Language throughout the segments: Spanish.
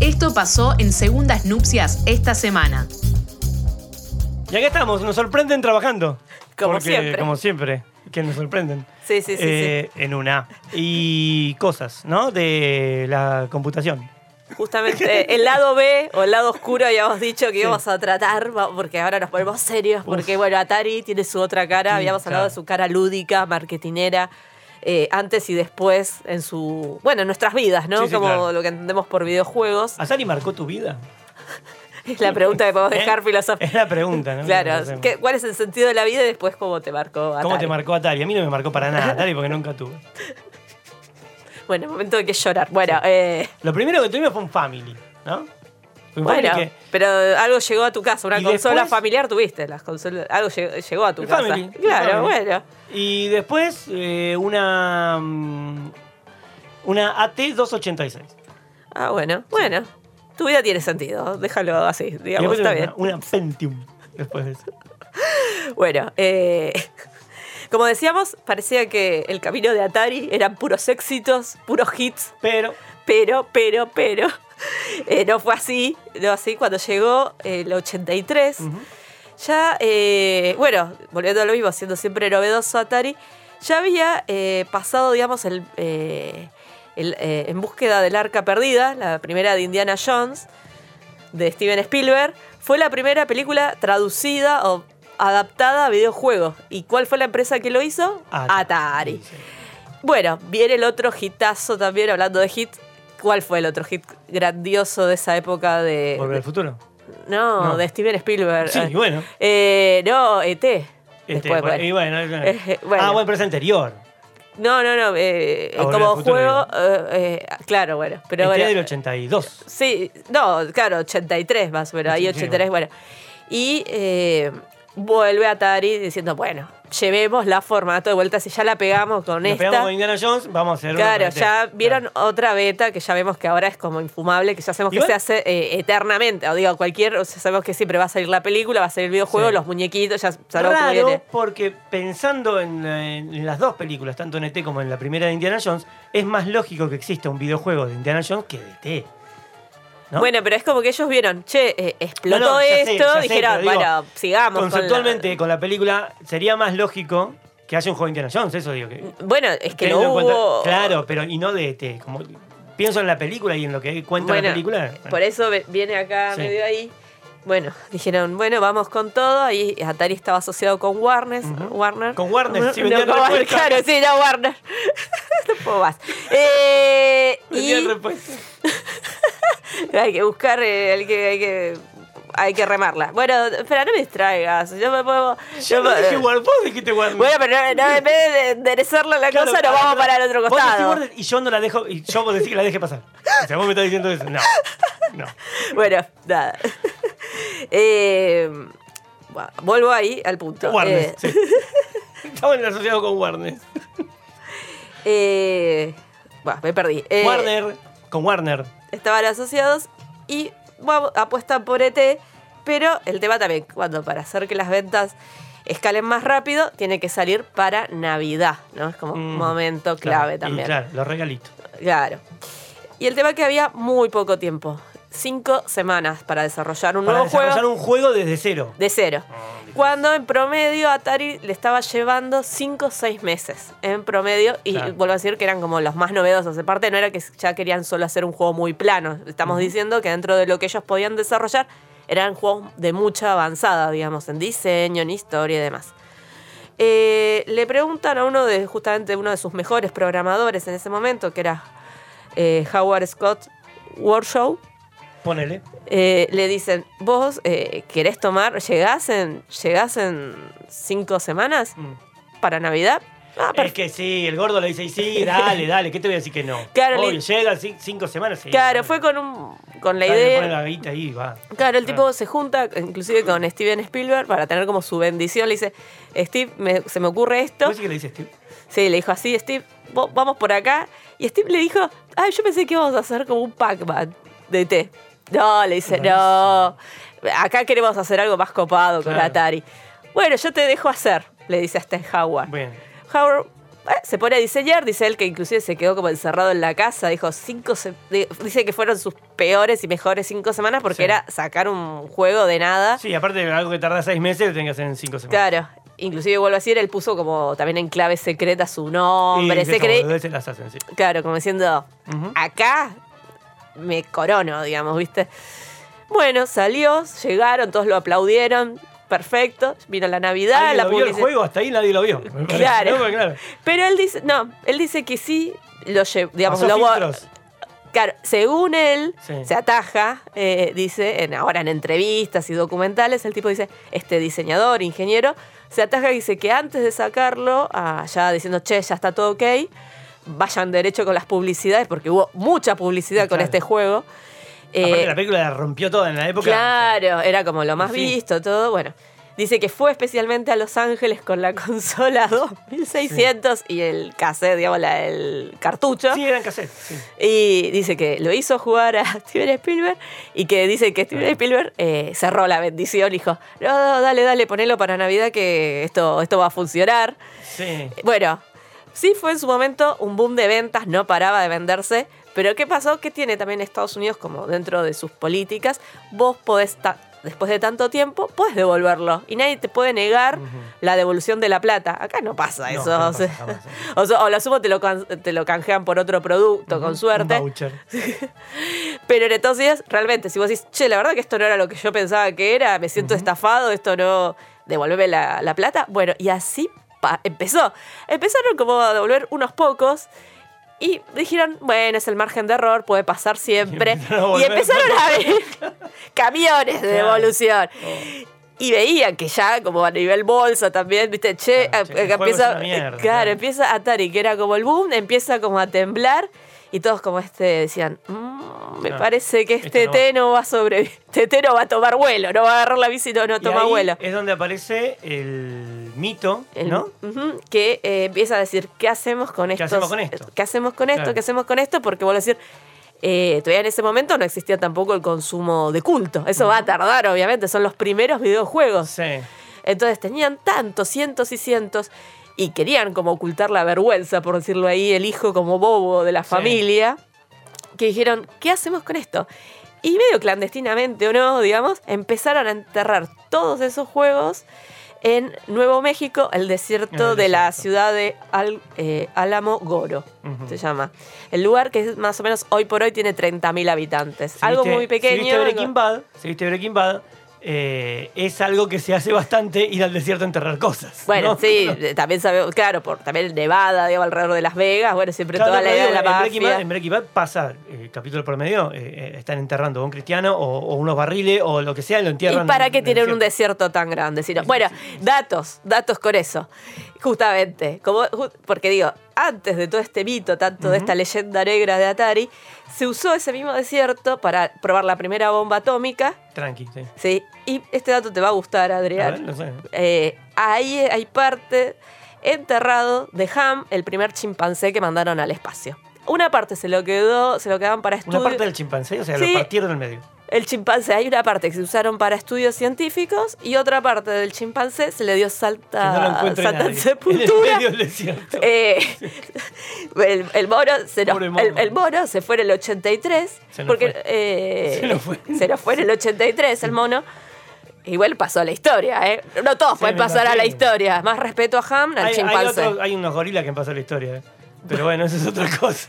Esto pasó en Segundas Nupcias esta semana. Y acá estamos, nos sorprenden trabajando. Como Porque, siempre. Como siempre, que nos sorprenden. Sí, sí, sí, Eh, En una. Y cosas, ¿no? De la computación. Justamente el lado B o el lado oscuro habíamos dicho que íbamos a tratar, va- porque ahora nos ponemos serios, porque bueno, Atari tiene su otra cara, Sí, habíamos hablado claro. de su cara lúdica, marketinera, eh, antes y después en su, bueno, en nuestras vidas, ¿no? Sí, sí, Como claro. Ah, lo que entendemos por videojuegos. ¿Asari marcó tu vida? Es la pregunta que podemos ¿Eh? dejar Es filosófica. la pregunta, ¿no? Que nos Claro, hacemos. ¿qué- ¿cuál es el sentido de la vida y después cómo te marcó Atari? ¿Cómo te marcó Atari? A mí no me marcó para nada Atari porque nunca tuve. Bueno, momento de que llorar. Bueno, eh, Lo primero que tuvimos fue un Family, ¿no? Fue un Bueno, Family que... pero algo llegó a tu casa, una Y consola después- familiar tuviste, las consolas, algo lle- llegó a tu El casa. Family, el claro, Family. bueno. Y después eh, una... mm, Una AT-286. Ah, bueno, bueno. Tu vida tiene sentido, déjalo así, Y digamos, después está una, bien. una Pentium después de eso. Bueno, eh, como decíamos, parecía que el camino de Atari eran puros éxitos, puros hits, Pero pero, pero, pero, eh, no fue así, no así, cuando llegó el 83, ya, eh, bueno, volviendo a lo mismo, siendo siempre novedoso Atari, ya había eh, pasado, digamos, el, eh, el, eh, en búsqueda del arca perdida, la primera de Indiana Jones, de Steven Spielberg, fue la primera película traducida o adaptada a videojuegos. ¿Y cuál fue la empresa que lo hizo? Atari. Sí. Bueno, viene el otro hitazo también, hablando de hit. ¿Cuál fue el otro hit grandioso de esa época de... Volver al futuro. no, no. de Steven Spielberg. Sí, Eh, bueno. Eh, no, ET. Este, Después, bueno, y bueno. bueno, bueno. Eh, bueno. Ah, bueno, pero es anterior. No, no, no. eh, Ah, Volver como al Futuro, juego... eh, eh, claro, bueno. Pero Este bueno, es del 82. Sí, no, claro, 83 más o menos, ahí 83, 83, bueno. Y eh, vuelve Atari diciendo, bueno, llevemos la formato de vuelta, si ya la pegamos con Nos esta. pegamos con Indiana Jones, vamos a hacer una Claro, con este. ya vieron Claro. otra beta que ya vemos que ahora es como infumable, que ya sabemos que Igual- se hace eh, eternamente. O digo, cualquier, o sea, sabemos que siempre va a salir la película, va a salir el videojuego, Sí. los muñequitos, ya sabemos que Raro, viene. porque pensando en, la- en las dos películas, tanto en ET como en la primera de Indiana Jones, es más lógico que exista un videojuego de Indiana Jones que de ET. ¿no? Bueno, pero es como que ellos vieron, che, eh, explotó No, no, ya sé, esto, ya sé, dijeron, pero digo, bueno, sigamos. con la- Conceptualmente, con la... película, sería más lógico que haya un juego de Indiana Jones, eso digo. Que, Bueno, es que no teniendo en hubo. cuenta- Claro, pero y no de ET. Como, pienso en la película y en lo que cuenta Bueno, la película. bueno. Por eso ve- viene acá Sí. medio ahí. Bueno, dijeron, bueno, vamos con todo. Ahí Atari estaba asociado con Warner. Warner. Con Warner, No, sí, vendían no, con- repuestos. Claro, sí, no, Warner. no puedo más. Eh, Vendían y repuestos. hay que buscar, eh, hay que... Hay que hay que remarla. Bueno, espera, no me distraigas. Yo me puedo. Yo yo no me- dije Warner, vos dijiste Warner. bueno, pero no, no, en vez de enderezarla la Claro, cosa, nos claro, vamos claro. para el otro Vos decís costado. Warner y yo no la dejo, y yo vos decís que la deje pasar. O sea, vos me estás diciendo eso. No, no. Bueno, nada. Eh, bueno, vuelvo ahí al punto. Warner, Eh, sí. Estaban asociados con Warner. eh, bueno, me perdí. Eh, Warner, con Warner. Estaban asociados y vamos, apuestan por ET, pero el tema también, cuando para hacer que las ventas escalen más rápido, tiene que salir para Navidad, ¿no? Es como un Mm, momento claro, clave y también. claro, los regalitos. Claro. Y el tema que había muy poco tiempo. Cinco semanas para desarrollar un Para nuevo juego. desarrollar un juego desde cero. Ah, De cero. difícil. Cuando en promedio Atari le estaba llevando 5 o 6 meses. En promedio, y Claro. vuelvo a decir que eran como los más novedosos. Aparte, no era que ya querían solo hacer un juego muy plano. Estamos diciendo que dentro de lo que ellos podían desarrollar, eran juegos de mucha avanzada, digamos, en diseño, en historia y demás. Eh, le preguntan a uno de, justamente uno de sus mejores programadores en ese momento, que era eh, Howard Scott Warshaw. Ponele. Eh, le dicen, vos eh, querés tomar, llegás en, llegás en cinco semanas Mm. para Navidad. Ah, Es que sí, el gordo le dice, y sí, dale, dale, ¿qué te voy a decir que no? Claro, Obvio, le- llega sí, cinco semanas. sí. claro, fue con, un, con la Dale, idea... pone la guita ahí, va. Ah. Claro, el tipo se junta inclusive con Steven Spielberg para tener como su bendición. Le dice, Steve, me- se me ocurre esto. ¿Vos sí que le este? dices, tío? Sí, le dijo así, Steve, vo- vamos por acá. Y Steve le dijo, ay, yo pensé que íbamos a hacer como un Pac-Man de té. No, le dice, no. Acá queremos hacer algo más copado Claro. con Atari. Bueno, yo te dejo hacer, le dice a Stan Howard. Bueno. Howard Eh, Se pone a diseñar, dice él que inclusive se quedó como encerrado en la casa, dijo cinco se- de- dice que fueron sus peores y mejores cinco semanas porque Sí. era sacar un juego de nada. Sí, aparte de algo que tarda seis meses, lo tenés que hacer en cinco semanas. Claro. Inclusive vuelvo a decir, él puso como también en clave secreta su Y nombre. Se esas cree, boludeces las hacen, sí. Claro, como diciendo, Ujú. acá me corono, digamos, ¿viste? Bueno, salió, llegaron, todos lo aplaudieron, perfecto, vino la Navidad, ¿Alguien la lo vio el publici- juego, hasta ahí nadie lo vio. me parece, Claro. ¿no? Porque, claro. Pero él dice, no, él dice que sí, lo lle- digamos, Pasó lo bo- filtros. Claro, según él, Sí. se ataja, eh, dice, en, ahora en entrevistas y documentales, el tipo dice, este diseñador, ingeniero, se ataja y dice que antes de sacarlo, ah, ya diciendo, che, ya está todo ok, vayan derecho con las publicidades, porque hubo mucha publicidad con Claro. este juego. Aparte, Eh, la película la rompió toda en la época. Claro, era como lo más Sí. visto, todo. Bueno, dice que fue especialmente a Los Ángeles con la consola 2600 y el cassette, digamos, la- el cartucho. Sí, eran cassettes. sí. Y dice que lo hizo jugar a Steven Spielberg y que dice que Steven Spielberg eh, cerró la bendición. Dijo, no, no, dale, dale, ponelo para Navidad que esto, esto va a funcionar. Sí. Bueno, sí fue en su momento un boom de ventas, no paraba de venderse. Pero ¿qué pasó? Que tiene también Estados Unidos como dentro de sus políticas. Vos podés, ta- después de tanto tiempo, podés devolverlo. Y nadie te puede negar la devolución de la plata. Acá no pasa No, eso. no o, sea, pasa jamás, ¿eh? o sea, o lo sumo te lo, can- te lo canjean por otro producto, con suerte. Un voucher. Pero en entonces, realmente, si vos decís, che, la verdad que esto no era lo que yo pensaba que era, me siento estafado, esto no. devolverme la, la plata. Bueno, y así pa- empezó. Empezaron como a devolver unos pocos. Y dijeron, bueno, es el margen de error, puede pasar siempre. Y empezaron a Y volver. empezaron a ver camiones de Claro. Oh. devolución. Y veían que ya, como a nivel bolsa también, viste, che, Claro, a- che, el acá juego es empieza. una mierda, claro, claro. empieza Atari, que era como el boom, empieza como a temblar. Y todos como este decían, "Mm, me Claro. parece que Esto este no va". té no va a sobrevivir, este té no va a tomar vuelo, no va a agarrar la bici, no, no Y toma ahí vuelo. Es donde aparece el mito, El- ¿no? Ujú, que eh, empieza a decir, ¿qué hacemos con esto? hacemos con esto? ¿Qué hacemos con esto? Claro. ¿Qué hacemos con esto? Porque vuelvo a decir, eh, todavía en ese momento no existía tampoco el consumo de culto. Eso va a tardar, obviamente, son los primeros videojuegos. Sí. Entonces tenían tantos, cientos y cientos, y querían como ocultar la vergüenza, por decirlo ahí, el hijo como bobo de la Sí. familia, que dijeron, ¿qué hacemos con esto? Y medio clandestinamente o no, digamos, empezaron a enterrar todos esos juegos en Nuevo México, el En desierto Ah, el de la desierto. ciudad de Al- eh, Álamo Goro, Ujú. se llama. El lugar que es más o menos hoy por hoy tiene 30.000 habitantes. Si algo viste- muy pequeño. Si viste Breaking algo- Bad, si viste Breaking Bad eh, es algo que se hace bastante ir al desierto a enterrar cosas. Bueno, ¿no? sí, eh, también sabemos, claro, por también Nevada, digo, alrededor de Las Vegas, bueno, siempre Claro, toda no, la pero idea de digo, la en, Breaking Bad, en mafia. Breaking Bad pasa, eh, capítulo por medio, eh, eh, están enterrando a un cristiano o, o unos barriles o lo que sea, lo ¿Y entierran. para qué en el tienen un desierto. desierto tan grande? Si no- bueno, datos, datos con eso. Justamente, como, ju- porque digo, antes de todo este mito, tanto de esta leyenda negra de Atari, se usó ese mismo desierto para probar la primera bomba atómica, Tranqui, sí. ¿sí? Y este dato te va a gustar, A Adrián. ver, no sé. Eh, ahí hay parte enterrado de Ham, el primer chimpancé que mandaron al espacio. Una parte se lo quedó, se lo quedaban para Una estudio. parte del chimpancé, o sea, Sí. lo partieron en el medio. El chimpancé, hay una parte que se usaron para estudios científicos y otra parte del chimpancé se le Que no dio lo salta, encuentre nadie. salta en En el Ah, sepultura. medio del desierto. Eh, el, el mono se nos- Pobre mono. el- el mono se fue en el 83. Se nos porque, fue. eh, Se nos fue. se nos fue en el 83 el mono. Igual pasó a la historia, ¿eh? No todos Sí, pueden me pasar a la imagino. historia. Más respeto a Ham, al hay, hay chimpancé. otros- hay unos gorilas que han pasado la historia. eh. Pero bueno, eso es otra cosa.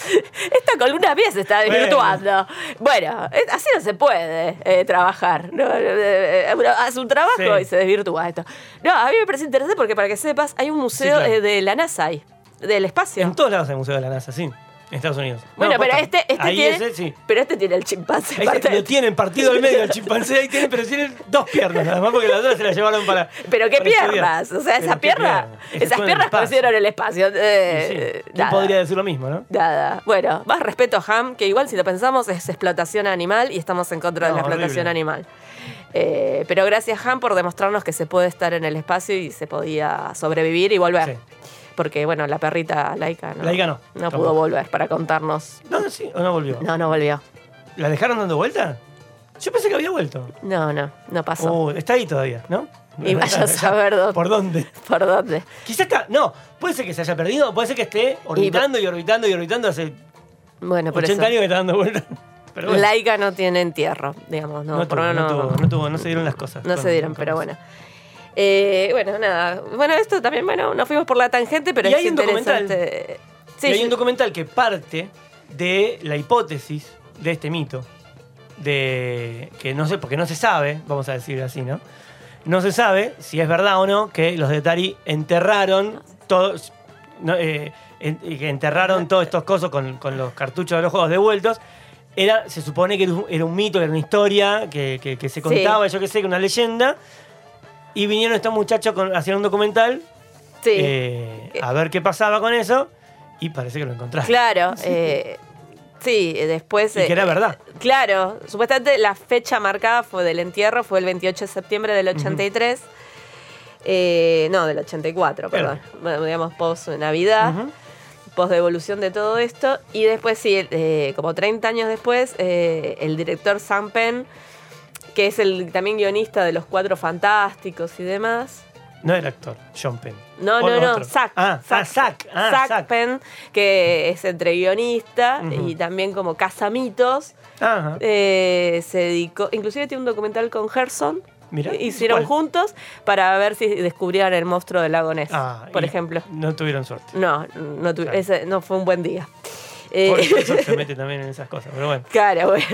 Esta columna mía se está Bueno. desvirtuando. Bueno, es- así no se puede eh, trabajar. ¿no? Eh, eh, uno hace un trabajo Sí. y se desvirtúa esto. No, a mí me parece interesante porque para que sepas, hay un museo claro. eh, de la NASA ahí, del espacio. En todos lados hay museo de la NASA, sí. En Estados Unidos. bueno, No, pero posta. este, este Ahí tiene. ese, sí. Pero este tiene el chimpancé. Ahí aparte. se- lo tienen partido al medio el chimpancé, ahí tienen, pero tienen dos piernas nada más porque las otras se las llevaron para. Pero qué para estudiar. piernas. O sea, Pero esa qué pierna, Ese fue esas en el piernas espacio. pusieron el espacio. Eh, Y sí, ¿Quién nada. podría decir lo mismo, no? Nada. Bueno, más respeto a Ham, que igual si lo pensamos es explotación animal y estamos en contra de No, la explotación horrible. animal. Eh, pero gracias Ham por demostrarnos que se puede estar en el espacio y se podía sobrevivir y volver. Porque bueno, la perrita Laika no, Laika no, no tampoco. pudo volver para contarnos. No, sí, o no volvió. No, no volvió. ¿La dejaron dando vuelta? Yo pensé que había vuelto. No, no, no pasó. Oh. Uh, está ahí todavía, ¿no? Y vaya a saber dónde. ¿Por dónde? ¿Por dónde? Quizás está. No, puede ser que se haya perdido, puede ser que esté orbitando y, orbitando y orbitando hace Bueno, por 80 eso. años que está dando vueltas. Pero bueno, Laica no tiene entierro, digamos, no, no, por tuvo, no, lo menos tuvo, no tuvo, no se dieron las cosas. no con- se dieron, con pero eso. bueno. Eh, bueno, nada. Bueno, esto también, bueno, nos fuimos por la tangente, pero Y es hay un documental. interesante. Sí, y hay yo- un documental que parte de la hipótesis de este mito. De que no sé, porque no se sabe, vamos a decir así, ¿no? No se sabe si es verdad o no que los de Tari enterraron todos. no, eh, en- y que enterraron todos estos cosos con, con los cartuchos de los juegos devueltos. Era, se supone que era un, era un mito, era una historia que, que- que se contaba, yo qué sé, que una leyenda. Y vinieron estos muchachos con, hacer un documental sí. eh, a ver qué pasaba con eso. Y parece que lo encontraste. Claro, eh, sí, después... Y que era eh, verdad. Claro, supuestamente la fecha marcada fue del entierro fue el 28 de septiembre del 83. Eh, no, del 84, Claro. perdón. Bueno, digamos, post-Navidad, Ujú. post-devolución de todo esto. Y después, sí, eh, como 30 años después, eh, el director Sam Penn, que es el también guionista de Los Cuatro Fantásticos y demás, No el actor, John Penn. no, O no, no, otro. Zack. Ah, ah, Zack. Ah, Zack Zack. Penn, que es entre guionista Ujú. y también como cazamitos. Ajá. eh, se dedicó, inclusive tiene un documental con Gerson. Mirá, hicieron ¿cuál? juntos para ver si descubrían el monstruo del lago Ness, Ah, por y ejemplo. No tuvieron suerte. No, no, tu- Claro. ese no fue un buen día. Eh, Por eso se mete también en esas cosas. Pero bueno. Claro, bueno.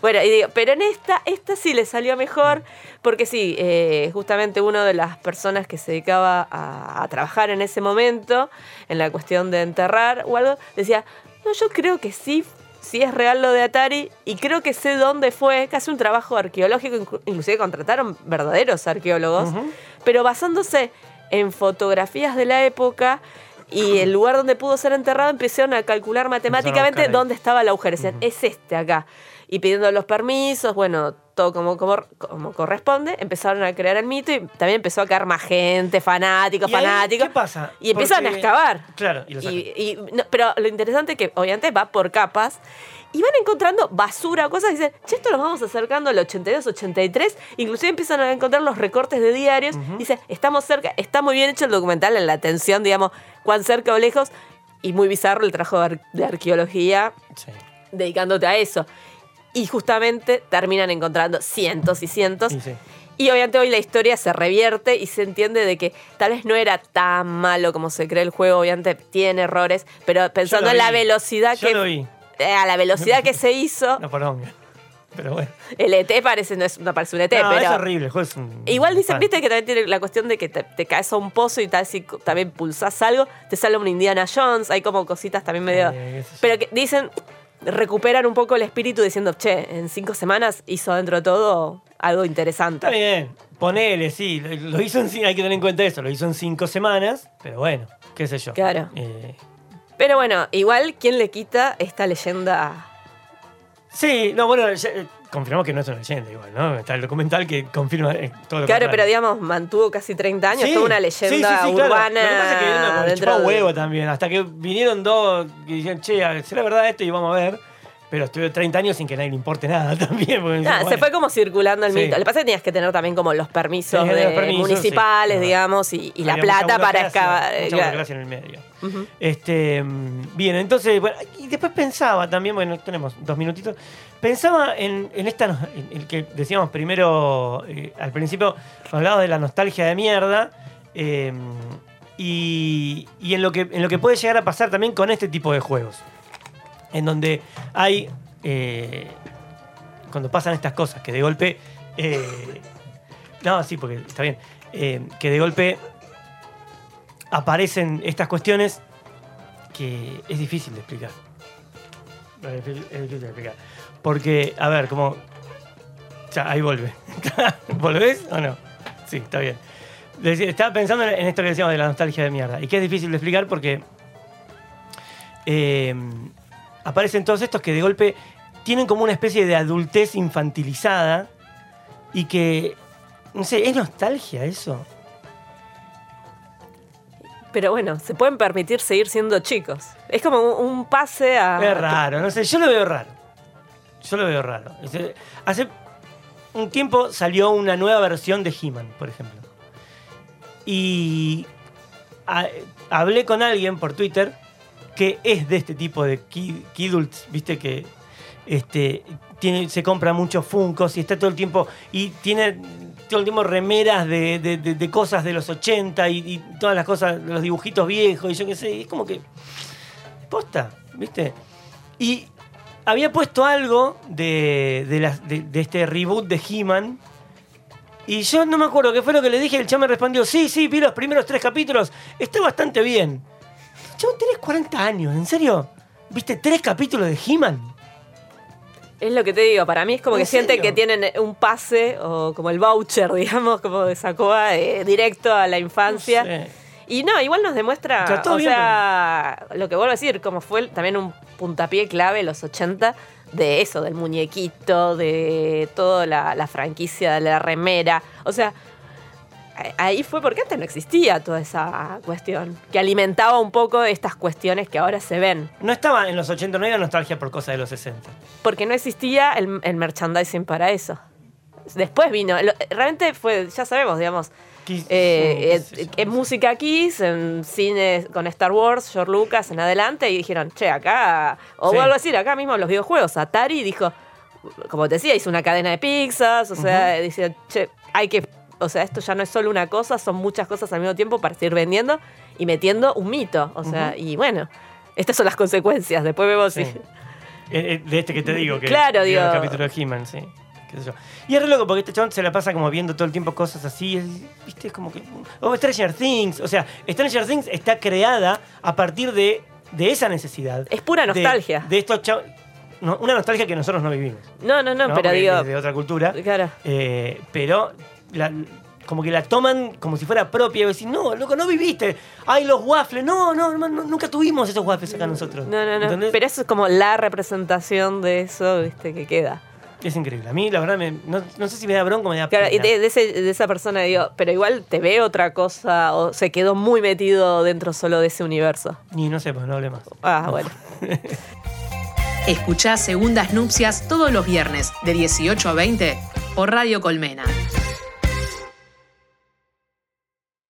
Bueno, y digo, pero en esta, esta sí le salió mejor, porque sí, eh, justamente una de las personas que se dedicaba a, a trabajar en ese momento, en la cuestión de enterrar o algo, decía, no, yo creo que sí, sí es real lo de Atari, y creo que sé dónde fue, casi un trabajo arqueológico, inclu- inclusive contrataron verdaderos arqueólogos, Ujú. pero basándose en fotografías de la época y el lugar donde pudo ser enterrado, empezaron a calcular matemáticamente buscar ahí. dónde estaba el agujero. Decían, Ujú. es este acá. Y pidiendo los permisos, bueno, todo como, como, como corresponde, empezaron a crear el mito y también empezó a caer más gente, fanáticos, ¿Y ahí fanáticos. ¿Qué pasa? Y empiezan Porque- a excavar. Claro, y lo sacan. Y- y- no, pero lo interesante es que obviamente va por capas y van encontrando basura, cosas y dicen, che, esto nos vamos acercando al 82, 83, inclusive empiezan a encontrar los recortes de diarios, Ujú. dicen, estamos cerca, está muy bien hecho el documental en la atención, digamos, cuán cerca o lejos, y muy bizarro el trabajo de, ar- de arqueología Sí. dedicándote a eso. Y justamente terminan encontrando cientos y cientos. Y sí. Y obviamente hoy la historia se revierte y se entiende de que tal vez no era tan malo como se cree el juego, obviamente tiene errores, pero pensando Yo en lo la vi. velocidad Yo que lo vi. eh, a la velocidad que se hizo, No, perdón. Pero bueno. el ET parece no, es, no parece un ET, no, pero es horrible. el juego es un- igual dicen, un- viste que también tiene la cuestión de que te, te caes a un pozo y tal si co- también pulsás algo, te sale un Indiana Jones, hay como cositas también medio Eh, qué sé yo. pero que dicen recuperan un poco el espíritu diciendo, "Che, en cinco semanas hizo dentro de todo algo interesante." Está bien, ponele, sí. Lo, lo hizo en cin- hay que tener en cuenta eso, lo hizo en cinco semanas, pero bueno, qué sé yo. Claro. Eh, Pero bueno, igual, ¿quién le quita esta leyenda? sí, no, bueno, ya, eh, confirmamos que no es una leyenda igual, ¿no? Está el documental que confirma eh, todo lo Claro, contrario. pero digamos, mantuvo casi 30 años, Sí, toda una sí, leyenda sí, sí, claro. urbana. Lo que pasa es que vino como dentro chupado de- huevo también, hasta que vinieron dos que dijeron, che, será verdad esto y vamos a ver. Pero estuve 30 años sin que a nadie le importe nada también. porque Nada, dicen, Ah, Se bueno, fue como circulando el Sí. mito. Lo que pasa es que tenías que tener también como los permisos, Tenías que de- tener los permisos, municipales, sí. digamos, y, y la había mucha plata para burocracia, excavar. Mucha eh, claro. burocracia en el medio. Ujú. Este, mm, bien, entonces, bueno, y después pensaba también, bueno, tenemos dos minutitos, pensaba en, en esta, no- en el que decíamos primero, eh, al principio, hablaba de la nostalgia de mierda, eh, y, y en, lo que, en lo que puede llegar a pasar también con este tipo de juegos, en donde hay, eh, cuando pasan estas cosas, que de golpe, eh, no, sí, porque está bien, eh, que de golpe aparecen estas cuestiones que es difícil de explicar. Es difícil, es difícil de explicar. Porque, a ver, como. Ya, ahí vuelve. ¿Volvés o no? Sí, está bien. Decí- Estaba pensando en esto que decíamos de la nostalgia de mierda. Y que es difícil de explicar porque. eh, aparecen todos estos que de golpe tienen como una especie de adultez infantilizada y que. No sé, ¿es nostalgia eso? Pero bueno, se pueden permitir seguir siendo chicos. Es como un, un pase a. Es raro, no sé, yo lo veo raro. Yo lo Este, veo raro. Es, eh, Hace un tiempo salió una nueva versión de He-Man, por ejemplo. Y a- hablé con alguien por Twitter que es de este tipo de ki- kidults, viste que este, tiene, se compra muchos funcos y está todo el tiempo y tiene todo el tiempo remeras de, de- de- de cosas de los 80 y, y todas las cosas, los dibujitos viejos y yo qué sé, y es como que posta, viste. Y había puesto algo de, de las- de- de este reboot de He-Man. Y yo no me acuerdo qué fue lo que le dije. El chavo me respondió: Sí, sí, vi los primeros tres capítulos. Está bastante bien. Chavo, tenés 40 años, ¿en serio? ¿Viste tres capítulos de He-Man? Es lo que te digo, para mí es como ¿En que sienten serio? que tienen eh, un pase o como el voucher, digamos, como de Sacoa, eh, directo a la infancia. No sé. Y no, igual nos demuestra, Está todo o bien, sea, lo que vuelvo a decir, como fue el- también un puntapié clave los 80 de eso, del muñequito, de toda la, la franquicia, de la remera. O sea, a- ahí fue porque antes no existía toda esa cuestión, que alimentaba un poco estas cuestiones que ahora se ven. No estaba en los 80, no era nostalgia por cosas de los 60. Porque no existía el, el merchandising para eso. Después vino, lo- realmente fue, ya sabemos, digamos, Quis- eh, sí, eh, sí, sí, en sí. música Kiss, en cine con Star Wars, George Lucas en adelante, y dijeron, che, acá, o Sí. vuelvo a decir, acá mismo en los videojuegos, Atari dijo, como te decía, hizo una cadena de pizzas, o sea, dice, che, hay que, o sea, esto ya no es solo una cosa, son muchas cosas al mismo tiempo para seguir vendiendo y metiendo un mito, o sea, y bueno, estas son las consecuencias, después vemos Sí. si... Eh, eh, De este que te digo, que Claro, que era el digo. capítulo de He-Man, sí. Qué sé yo. Y es re loco porque este chabón se la pasa como viendo todo el tiempo cosas así. es- ¿Viste? Es como que. O Stranger Things. O sea, Stranger Things está creada a partir de, de esa necesidad. Es pura De- nostalgia. De, estos chavos. no, una nostalgia que nosotros no vivimos. No, no, no, ¿no? pero Porque digo. es De otra cultura. Claro. Eh, pero la- como que la toman como si fuera propia. Y vos decís, no, loco, no viviste. Ay, los waffles. No, no, no, no, nunca tuvimos esos waffles acá nosotros. No, no, no. ¿Entendés? Pero eso es como la representación de eso, viste, que queda. Es increíble. A mí, la verdad, me- no, no sé si me da bronco o me da pena. Claro, y de, de ese- de esa persona digo, pero igual te ve otra cosa o se quedó muy metido dentro solo de ese universo. Ni no sé, pues no hable más. Ah, bueno. Escuchá Segundas Nupcias todos los viernes de 18 a 20 por Radio Colmena.